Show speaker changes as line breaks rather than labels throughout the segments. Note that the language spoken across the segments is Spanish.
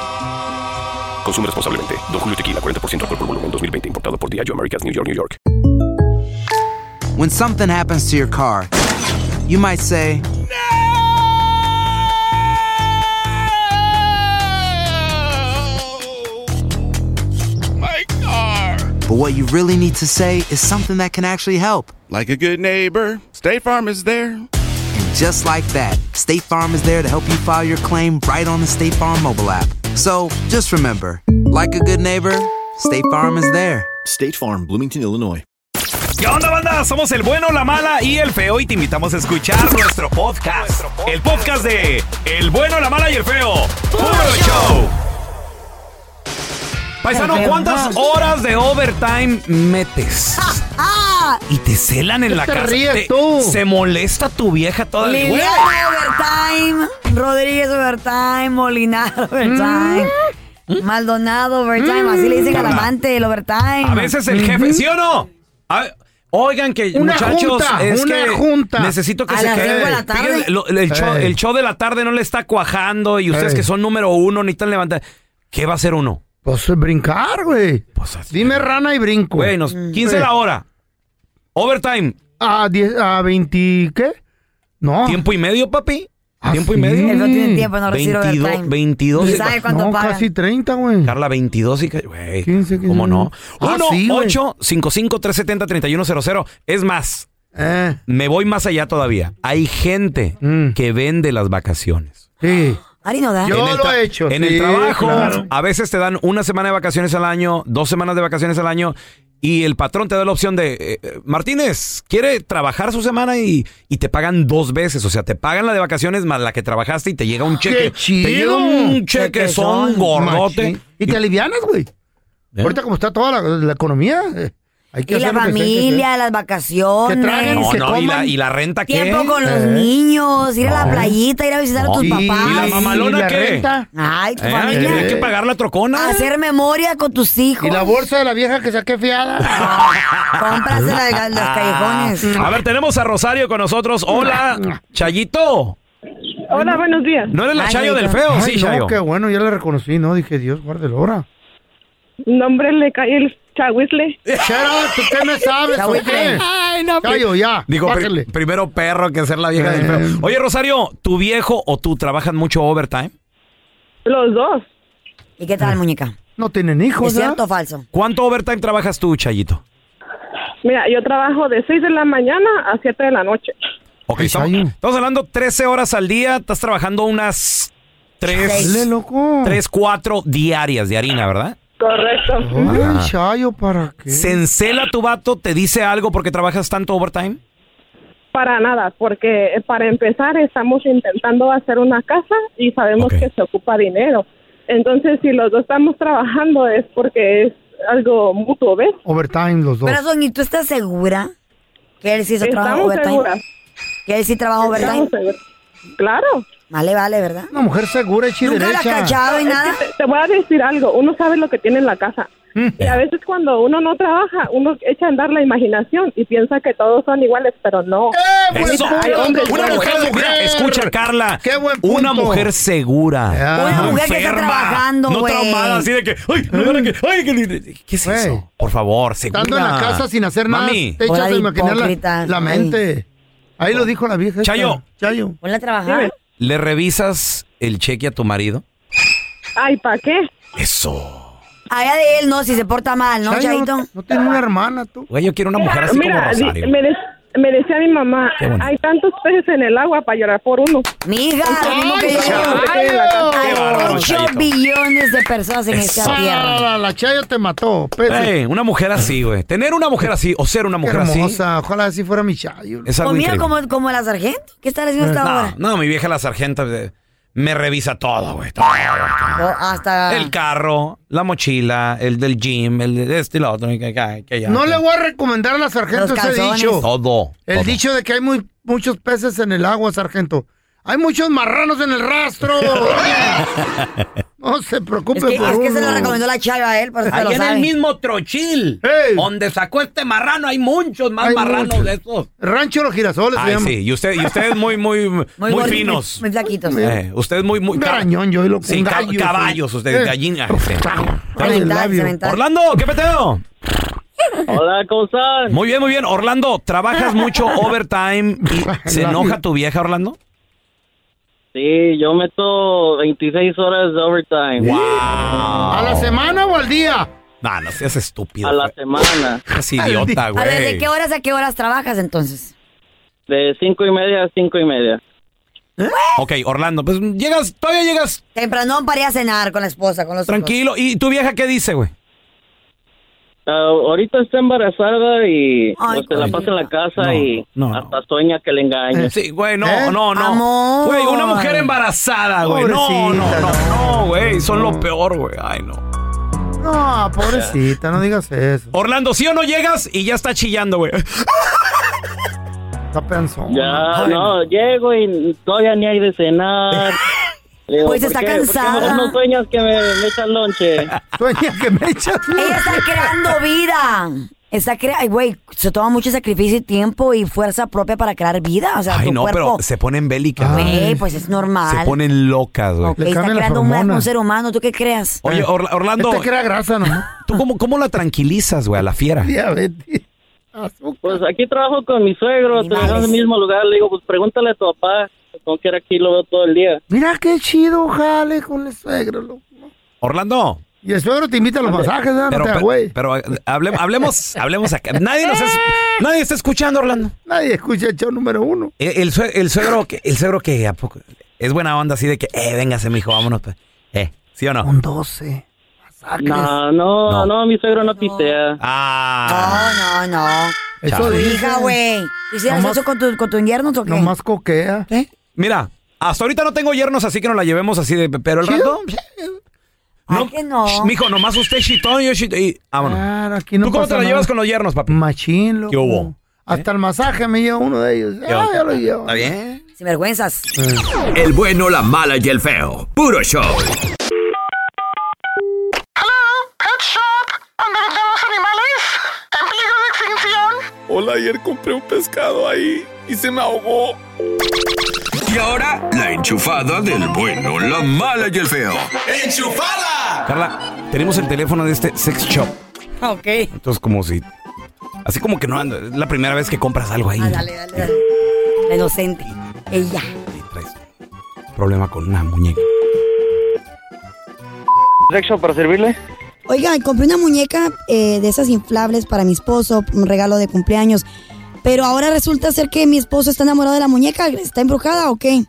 Consume responsablemente. Don Julio Tequila, 40% alcohol por volumen, 2020. Importado por Diageo Americas, New York, New York.
When something happens to your car, you might say,
My car!
but what you really need to say is something that can actually help.
Like a good neighbor, State Farm is there.
And just like that, State Farm is there to help you file your claim right on the State Farm mobile app. So just remember, like a good neighbor, State Farm is there.
State Farm, Bloomington, Illinois.
¿Qué onda, banda? Somos el bueno, la mala y el feo y te invitamos a escuchar nuestro podcast. El podcast de El bueno, la mala y el feo. ¡Puro show! Paisano, ¿cuántas horas de overtime metes? Y te celan en la
te
casa.
ríes
Te-
tú?
Se molesta tu vieja toda el güey.
Liviano Overtime, Rodríguez Overtime, Molinar Overtime,
Mm.
Maldonado Overtime, así le dicen al amante el Overtime.
A veces el jefe, ¿sí o no? A- oigan que
Una
muchachos,
junta,
es
una
que
junta.
necesito que
A
se
las
quede.
cinco de la tarde.
Fíjense, lo- el, show,
Ey.
el show de la tarde no le está cuajando y ustedes
Ey.
que son número uno necesitan levantar. ¿Qué va a hacer uno?
Pues brincar, güey.
Pues así.
Dime rana y brinco.
Güey, nos-
Mm.
15
Ey.
la hora. Overtime.
A 10, a 20, ¿qué? No.
Tiempo y medio, papi.
¿Ah,
Tiempo
sí?
y medio.
Él no tiene tiempo, no recibe
22,
Overtime.
22
Ni
y-
sabe cuánto
no,
pagan.
casi 30, güey.
Carla, 22 y... ca- Güey,
15,
¿cómo
15.
no?
Ah, sí, güey.
1-855-370-3100. Es más,
Eh,
me voy más allá todavía. Hay gente
Mm.
que vende las vacaciones.
sí.
Ari no da.
Yo
el
lo
tra-
he hecho.
En
sí,
el trabajo,
claro.
a veces te dan una semana de vacaciones al año, dos semanas de vacaciones al año, y el patrón te da la opción de, eh, eh, Martínez, quiere trabajar su semana y, y te pagan dos veces. O sea, te pagan la de vacaciones más la que trabajaste y te llega un cheque.
chido!
Te llega un cheque, son
Chequezón,
gordote. ¿Eh?
Machín. Y te alivianas, güey. Ahorita como está toda la, la economía, eh, hay que
Y la
hacer lo que se-
familia, las
Que traguen
vacaciones,
No, no, y
que
la,
coman.
y la renta que
tiempo con los niños, ir a la playita, ir a visitar a
No.
tus
Eh. Y- Eh,
papás.
¿Y la mamalona
y la
qué?
renta.
Ay, tu familia. Ah,
Hay ¿Eh? que pagar la trocona.
Hacer memoria con tus hijos. Ah,
Y la bolsa de la vieja que saqué
Ah,
fiada.
Compras en la- en los callejones.
A ver, tenemos a Rosario con nosotros.
Ah,
Hola, Chayito.
Hola, buenos días.
¿No eres la
Ay,
Chayo del
Chayo.
feo?
Ay,
Sí,
no,
Chayo.
qué bueno, ya la reconocí, ¿no? Dije, Dios, guárdelo ahora.
Nombre le cae el chahuizle.
Chera, ¿tú qué me sabes o qué?
Ay, no,
Callo, ya.
Digo, pri-
bájale.
primero perro que ser la vieja del
Eh.
feo. Oye, Rosario, ¿tu viejo o tú trabajan mucho overtime?
Los dos.
¿Y qué tal, muñeca?
No tienen hijos, ¿eh?
¿Es
¿verdad?
cierto o falso?
¿Cuánto overtime trabajas tú, Chayito?
Mira, yo trabajo de 6 de la mañana a 7 de la noche.
Ok,
Ay,
estamos,
Chayo.
estamos hablando 13 horas al día, estás trabajando unas 3,
Dale, loco.
4 diarias de harina, ¿verdad?
Correcto.
Ay, Chayo, ¿para qué?
¿Se encela tu vato? ¿Te dice algo porque trabajas tanto overtime?
Para nada, porque eh, para empezar estamos intentando hacer una casa y sabemos
Ok.
que se ocupa dinero. Entonces, si los dos estamos trabajando es porque es algo mutuo, ¿ves?
Overtime los dos.
Corazón, ¿y tú estás segura que él sí hizo trabajo
Estamos
overtime?
seguras.
Que él sí trabaja overtime.
Estamos seguras. Claro.
Vale, vale, ¿verdad?
Una mujer segura, hecha y
Nunca la has
derecha.
cachado y nada.
Te, te voy a decir algo. Uno sabe lo que tiene en la casa.
Mm.
Y a veces cuando uno no trabaja, uno echa a andar la imaginación y piensa que todos son iguales, pero no.
Buen
Eso,
punto,
una
Eh, pues, hombre,
mujer,
buena mujer.
mira, escucha, Carla.
Qué buen
Una
punto.
mujer segura.
Ya.
Una
no
mujer que está trabajando,
No
güey.
traumada, así de que, ay, no, ahora que, ay, que- ¿qué es
Güey.
eso? Por favor, segura.
Estando en la casa sin hacer nada,
Mami,
te echas
Hola,
a imaginar la,
hipócrita.
la mente. Ahí lo dijo la vieja. esta.
Chayo.
Chayo.
Ponla a
Ah.
trabajar.
¿le revisas el cheque a tu marido?
Ay, ¿para qué?
Eso.
Allá de él no, si se porta mal, ¿no,
Chayo,
Chaito?
no, no tiene una hermana tú.
Güey, yo quiero una mujer así como
Mira, di-
Rosario.
me, de- me decía mi mamá,
Qué bonito.
hay tantos peces en el agua para llorar por uno.
Mija, lo mismo que
¡Ay,
yo.
Chayo!
Hay
bárbaro,
8
Chayito.
billones de personas en esta
Ah,
tierra.
la, la Chayo te mató. pues, peces.
Ey, una mujer así, güey. Tener una mujer así o ser una
Qué
mujer así
hermosa. Ojalá así fuera mi Chayo.
es algo
Comida
increíble.
como, como la sargento. ¿Qué está haciendo hasta
No,
ahora?
no, mi vieja la sargenta eh, me revisa todo, güey. todo, todo.
O hasta.
El carro, la mochila, el del gym, el de este y lo otro. que- que- que ya.
No le voy a recomendar a la sargento
Los
ese
calzones.
dicho.
Todo.
El
todo.
dicho de que hay muy, muchos peces en el agua, sargento. Hay muchos marranos en el rastro. no se preocupe
Es que,
por
es que se
uno.
lo recomendó la Chayo a él, por eso se lo
Ahí en el
sabe.
mismo trochil,
Ey.
donde sacó este marrano, hay muchos más
Hay
marranos
muchos.
de estos.
Rancho de los girasoles se
Ay,
llama.
sí, y usted, y usted es muy, muy, muy,
gordito,
finos.
Muy flaquitos.
Eh, usted es muy, muy.
Un
ca-
garañón, yo y lo
Sí,
un
ca-
gallo,
caballos,
sí.
usted,
Eh.
gallina. sí.
Ay, el
Cemental,
labio.
cemental.
Orlando, ¿qué peteo?
Hola, ¿cómo están?
Muy bien, muy bien. Orlando, ¿trabajas mucho overtime y se enoja tu vieja, Orlando?
Sí, yo meto 26 horas de overtime
¡Wow!
¿A la semana o al día?
Ah, No, no seas estúpido.
a la
güey.
semana,
Seas idiota,
A
güey.
ver, ¿de qué horas a qué horas trabajas entonces?
de cinco y media a cinco y media.
Ok, Orlando, pues llegas, todavía llegas
Temprano para ir a cenar con la esposa, con los hijos.
tranquilo. ¿Y tu vieja qué dice, güey?
Ah, ahorita está embarazada y
Ay,
pues, se la pasa en la casa
No,
y
no, no.
hasta sueña que le engañe.
Sí, güey, no,
¿Eh?
no, no.
Amor.
Güey, una mujer embarazada, güey. No, no,
Pobrecita,
no, no, güey. Son lo peor, güey. Ay, no.
No, pobrecita, no digas eso.
Orlando, ¿sí o no llegas? Y ya está chillando, güey.
Está pensón.
Ya, no, llego y todavía ni hay de cenar. Le digo,
Pues
"¿Por
está
qué- por qué
cansada.
mejor no sueñas que me, me echan lonche.
Sueña que me echas.
Ella está creando vida. Está crea Ay, güey, se toma mucho sacrificio y tiempo y fuerza propia para crear vida. O sea,
Ay,
tu
no,
cuerpo.
pero se ponen bélicas. güey.
Güey, pues es normal.
Se ponen locas, güey.
Ok,
Le
está
cambian las
creando un,
hormonas.
un ser humano. ¿Tú qué creas?
Oye, Orla- Orlando,
Esta Este que era grasa, ¿no?
¿tú cómo, cómo la tranquilizas, güey, a la fiera?
Diabetes. Azúcar.
Pues aquí trabajo con mi suegro,
Animales.
trabajamos en el mismo lugar. Le digo, pues pregúntale a tu papá, como quiera aquí lo veo todo el día.
Mira qué chido, jale con el suegro, loco.
Orlando,
Y el suegro te invita a los masajes, ¿verdad?
pero,
no te
pero,
güey.
pero, eh, hable- hablemos, hablemos acá. Nadie nos es- nadie está escuchando, Orlando.
Nadie escucha el show número uno.
El, el sue- el suegro, que- el suegro que ¿a poco? es buena onda así de que, eh, véngase, mijo, vámonos. pues. Eh, ¿sí o no?
Un 12. Masajes.
No, no,
No.
no, mi suegro no pistea.
Ah.
No, no, no.
Eso dice.
Hija, güey. ¿Hicieras
Nomás-
eso con tu, con tu invierno o qué?
Nomás coquea.
Eh, Mira, hasta ahorita no tengo yernos, así que nos la llevemos así de. Pero el rato.
Chido.
Ay, que no.
Sh, Mijo, nomás usted chitón y yo chitón. Y vámonos.
Claro, aquí Ah, no
¿Tú cómo
pasa
te la
nada.
llevas con los yernos, papi?
Machín, loco.
¿Qué hubo?
Hasta el masaje me lleva uno de ellos. Ah,
onda?
ya lo llevo.
bien.
Sin vergüenzas.
El bueno, la mala y el feo. Puro show.
Hola, ayer compré un pescado ahí y se me ahogó.
Y ahora, la enchufada del bueno, la mala y el feo.
Carla, tenemos el teléfono de este sex shop.
Ok.
Entonces, como si. Así como que no ando. Es la primera vez que compras algo ahí.
Ah, dale, dale, dale. La inocente. Ella.
Y traes problema con una muñeca.
para servirle?
Oiga, compré una muñeca eh, de esas inflables para mi esposo, un regalo de cumpleaños. Pero ahora resulta ser que mi esposo está enamorado de la muñeca. ¿Está embrujada o qué?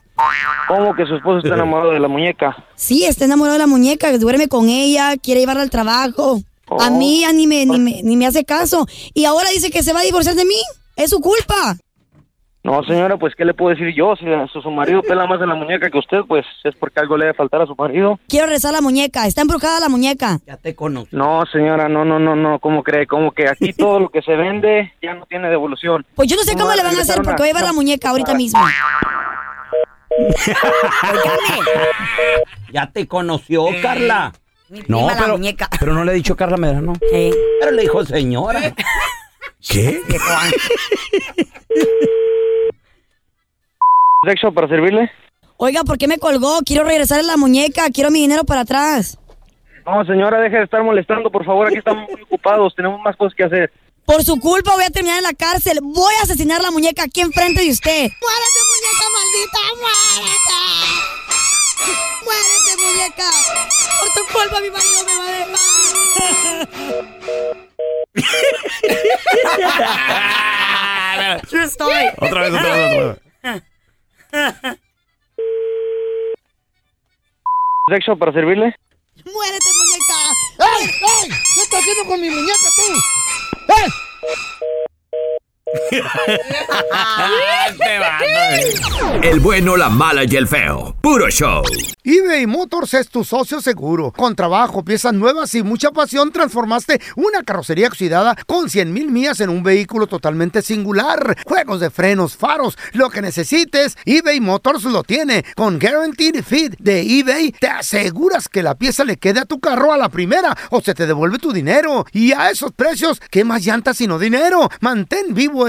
¿Cómo que su esposo está enamorado de la muñeca?
Sí, está enamorado de la muñeca, duerme con ella, quiere llevarla al trabajo. A
Oh.
mí ya ni me, ni, me, ni me hace caso. Y ahora dice que se va a divorciar de mí. Es su culpa.
No, señora, pues, ¿qué le puedo decir yo? Si su, su marido pela más de la muñeca que usted, pues, es porque algo le debe faltar a su marido.
Quiero rezar la muñeca. Está embrujada la muñeca.
No, señora, no, no, no, no, ¿cómo cree? ¿Cómo que aquí todo lo que se vende ya no tiene devolución?
Pues yo no sé
No,
cómo
va a
le van a hacer
regresar una-
porque voy a llevar la
no.
muñeca ahorita mismo.
Ya te conoció,
Eh,
Carla.
No, pero, pero no le he dicho Carla Medrano.
Pero le dijo señora.
¿Qué?
¿Sexo para servirle?
Oiga, ¿por qué me colgó? Quiero regresar a la muñeca. Quiero mi dinero para atrás.
No, señora, deje de estar molestando, por favor, aquí estamos muy ocupados, tenemos más cosas que hacer.
Por su culpa voy a terminar en la cárcel. Voy a asesinar la muñeca aquí enfrente de usted. ¡Muérete, muñeca maldita! ¡Muérete! ¡Muérete, muñeca! Por tu culpa mi marido me va a dejar. True story.
Otra vez, otra vez, otra vez.
Sexo para servirle.
¡Muérete, muñeca!
¡Ey, ey! ¿Qué estás haciendo con mi muñeca, tú? ¡Ey!
El bueno, la mala y el feo. Puro show.
eBay Motors es tu socio seguro. Con trabajo, piezas nuevas y mucha pasión, transformaste una carrocería oxidada con 100.000 mil millas en un vehículo totalmente singular. Juegos de frenos, faros, lo que necesites, eBay Motors lo tiene. Con Guaranteed Fit de eBay, te aseguras que la pieza le quede a tu carro a la primera o se te devuelve tu dinero. Y a esos precios, ¿qué más llantas sino dinero? Mantén vivo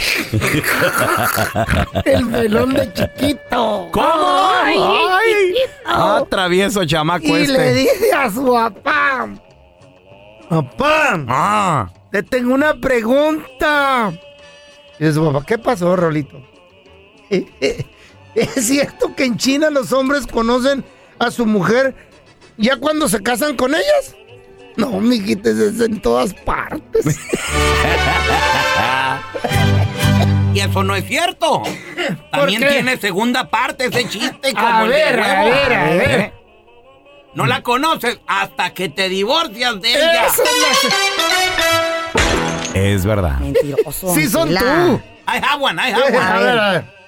el melón de chiquito.
¿Cómo?
Ay,
Ay. Ah, travieso chamaco
Y
este.
le dice a su papá, papá, te tengo una pregunta. Y dice su papá, ¿qué pasó, Rolito? ¿Es cierto que en China los hombres conocen a su mujer ya cuando se casan con ellas? No, mijita, eso es en todas partes.
Y eso no es cierto. También
qué?
tiene segunda parte ese chiste. Como
A
el de
ver, a
huevo.
ver, a ver.
No la conoces hasta que te divorcias de ella.
Esa
Es verdad.
Mentiroso.
Sí, son tú.
I have one, I have one.
A ver, a ver.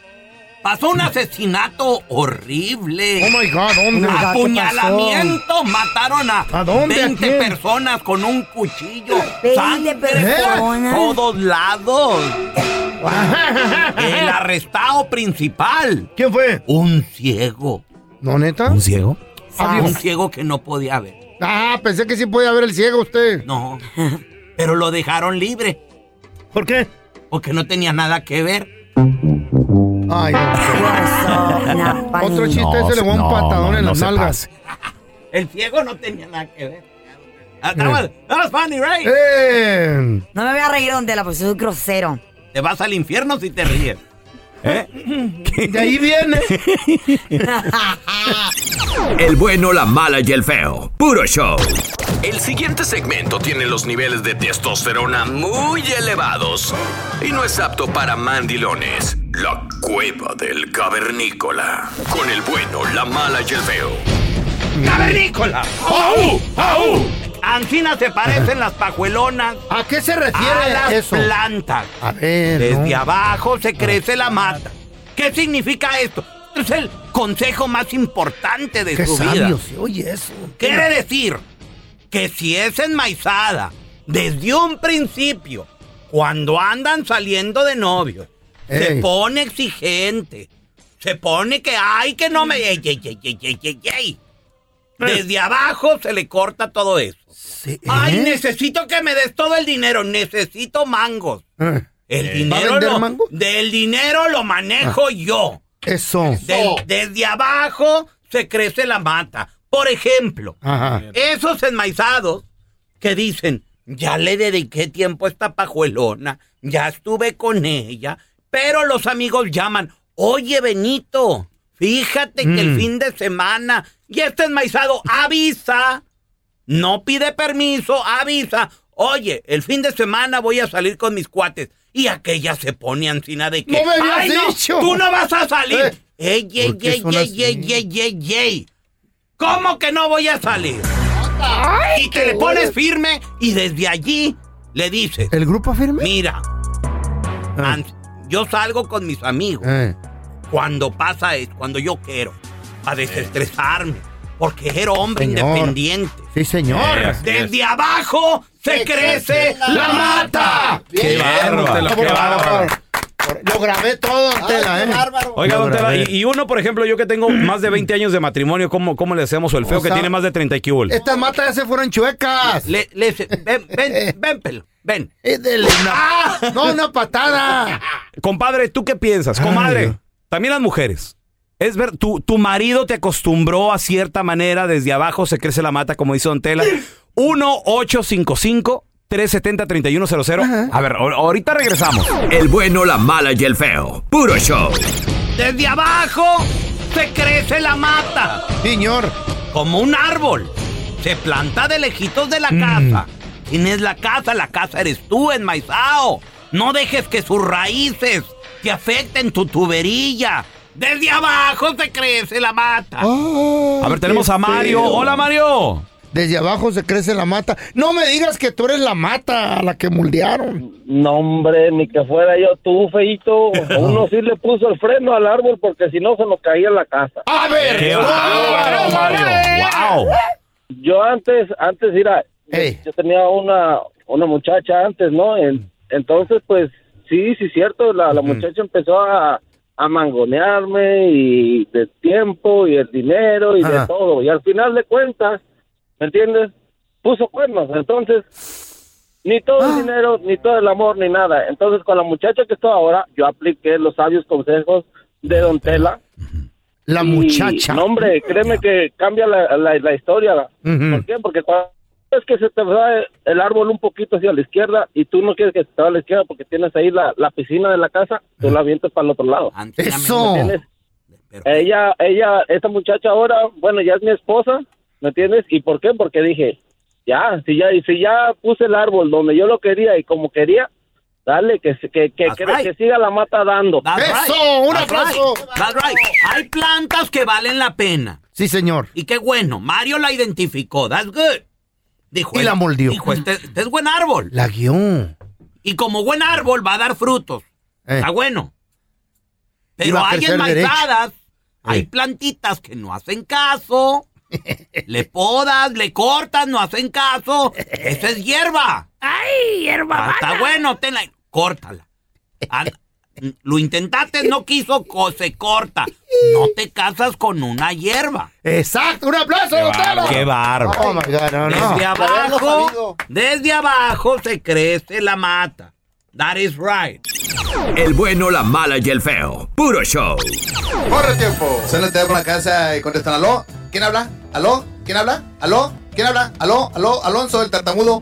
Pasó un asesinato horrible.
Oh my God, ¿dónde?
Un
¿Qué pasó?
Apuñalamiento, mataron a,
dónde? ¿A
20
quién?
personas con un cuchillo.
20
Sangre
personas.
por todos lados. El arrestado principal.
¿Quién fue?
Un ciego.
¿No, neta?
Pues
¿Un ciego?
Había un ciego que no podía ver.
Ah, pensé que sí podía ver el ciego usted.
No. Pero lo dejaron libre.
¿Por qué?
Porque no tenía nada que ver.
Ay, Otro chiste,
No,
ese le va un
no,
patadón
no,
en
no
las
se
nalgas.
El ciego no tenía nada que ver. Ah, that was- that was funny, right?
Eh.
No me voy a reír donde la posición es grosero.
Te vas al infierno si te ríes.
Eh.
¿Eh?
De ahí viene.
El bueno, la mala y el feo. Puro show. El siguiente segmento tiene los niveles de testosterona muy elevados y no es apto para mandilones. La cueva del cavernícola. Con el bueno, la mala y el feo.
¡Cavernícola!
¡Au! ¡Au!
Ancina se parecen las pajuelonas.
¿A qué se refiere
a las
eso?
plantas.
A ver. Ah.
Desde abajo se crece la mata. ¿Qué significa esto? Es el consejo más importante de
Qué
su
sabio
vida.
se oye eso.
Quiere decir que si es enmaizada desde un principio, cuando andan saliendo de novios, se
Ey.
pone exigente, se pone que, ay, que no me... ey, ey, ey, ey, ey, ey, ey". Desde abajo se le corta todo eso.
¿eh?
Ay, necesito que me des todo el dinero, necesito mangos.
Eh,
El dinero,
vender Ah.
lo-
mango?
del dinero lo manejo yo.
Eso.
Del- desde abajo se crece la mata. Por ejemplo,
Ajá.
esos enmaizados que dicen, ya le dediqué tiempo a esta pajuelona, ya estuve con ella, pero los amigos llaman, oye Benito, fíjate que el
Mm.
fin de semana, y este enmaizado avisa, no pide permiso, avisa, oye, el fin de semana voy a salir con mis cuates. Y aquella se pone ansina de que,
¡No me habías
"Ay, no,
dicho!
tú no vas a salir.
Eh.
Ey, ey,
¿Por qué
ey,
son
ey,
así?
ey, ey, ey, ey. ¿Cómo que no voy a salir? y te le pones firme y desde allí le dices.
¿El grupo firme?
Mira,
Ah.
ans- yo salgo con mis amigos
Eh,
cuando pasa es cuando yo quiero, para desestresarme, porque era hombre
Señor.
independiente.
Sí, señor.
Eh, Desde abajo se crece la mata.
Qué bárbaro,
qué bárbaro.
Lo grabé todo, don Tela, ¿eh?
Oiga,
Lo
don Tela,
grabé.
y, y uno, por ejemplo, yo que tengo más de 20 años de matrimonio, ¿cómo, cómo le hacemos? O el feo
O sea,
que tiene más de 30 y que hubo.
Estas matas ya se fueron chuecas.
ven, ven, ven, pelo, ven. Ah.
No, una patada.
Compadre, ¿tú qué piensas? Comadre, también las mujeres. Es ver, tu, tu marido te acostumbró a cierta manera, desde abajo se crece la mata, como dice Don Tela. 1-855-370-3100. A ver, ahor- ahorita regresamos.
El bueno, la mala y el feo. Puro show.
Desde abajo se crece la mata.
Señor.
Como un árbol. Se planta de lejitos de la
Mm.
casa. ¿Quién es la casa? La casa eres tú, enmaizao. No dejes que sus raíces te afecten tu tuberilla. Desde abajo se crece la mata.
A ver, tenemos a Mario. Hola, Mario.
Desde abajo se crece la mata. No me digas que tú eres la mata a la que moldearon.
No, hombre, ni que fuera yo tú, feito. Uno sí le puso el freno al árbol porque si no se nos caía la casa.
A ver,
¡Qué bárbaro, Mario! ¡Wow!
Yo antes, antes, mira, yo- yo tenía una, una muchacha antes, ¿no? En- entonces, pues, sí, sí, cierto, la, la muchacha empezó a, a mangonearme y de tiempo y el dinero y
Ajá.
de todo. Y al final de cuentas, ¿me entiendes? Puso cuernos, entonces... Ni todo el dinero, ni todo el amor, ni nada. Entonces, con la muchacha que estoy ahora, yo apliqué los sabios consejos de Don Tela.
La
Y,
muchacha.
No, hombre, créeme que cambia la, la- la historia.
Ujú.
¿Por qué? Porque cuando es que se te va el árbol un poquito hacia la izquierda y tú no quieres que se te vaya a la izquierda porque tienes ahí la, la piscina de la casa, tú la avientas para el otro lado.
Eso.
¿Me entiendes? Ella, ella, esta muchacha ahora, bueno, ya es mi esposa, ¿me entiendes? ¿Y por qué? Porque dije, ya, si ya, si ya puse el árbol donde yo lo quería y como quería, dale, que, se- que, que,
That's
que,
right.
que siga la mata dando.
That's right. That's right. Hay plantas que valen la pena.
Sí, señor.
Y qué bueno, Mario la identificó. That's good. Dijo,
Y la
él-
moldeó.
Dijo, este, este es buen árbol.
La guión.
Y como buen árbol va a dar frutos.
Eh.
Está bueno.
Iba
Pero
a
hay
crecer
enmaizadas, hay plantitas que no hacen caso. le podas, le cortas, no hacen caso. Esa es hierba. ¡Ay, hierba! Está bueno, tenla. Córtala. An- Lo intentaste, no quiso, co- se corta. No te casas con una hierba.
Exacto. Un aplauso, don Tela.
Qué bárbaro.
Oh, my God, no, no.
Desde
Haberlo
abajo,
sabido.
desde abajo se crece la mata. That is right.
El bueno, la mala y el feo. Puro show.
Corre tiempo. Solo te por la casa y contestan aló. ¿Quién habla? ¿Aló? ¿Quién habla? ¿Aló? ¿Quién habla? ¿Aló? ¿Aló? Alonso, el tartamudo.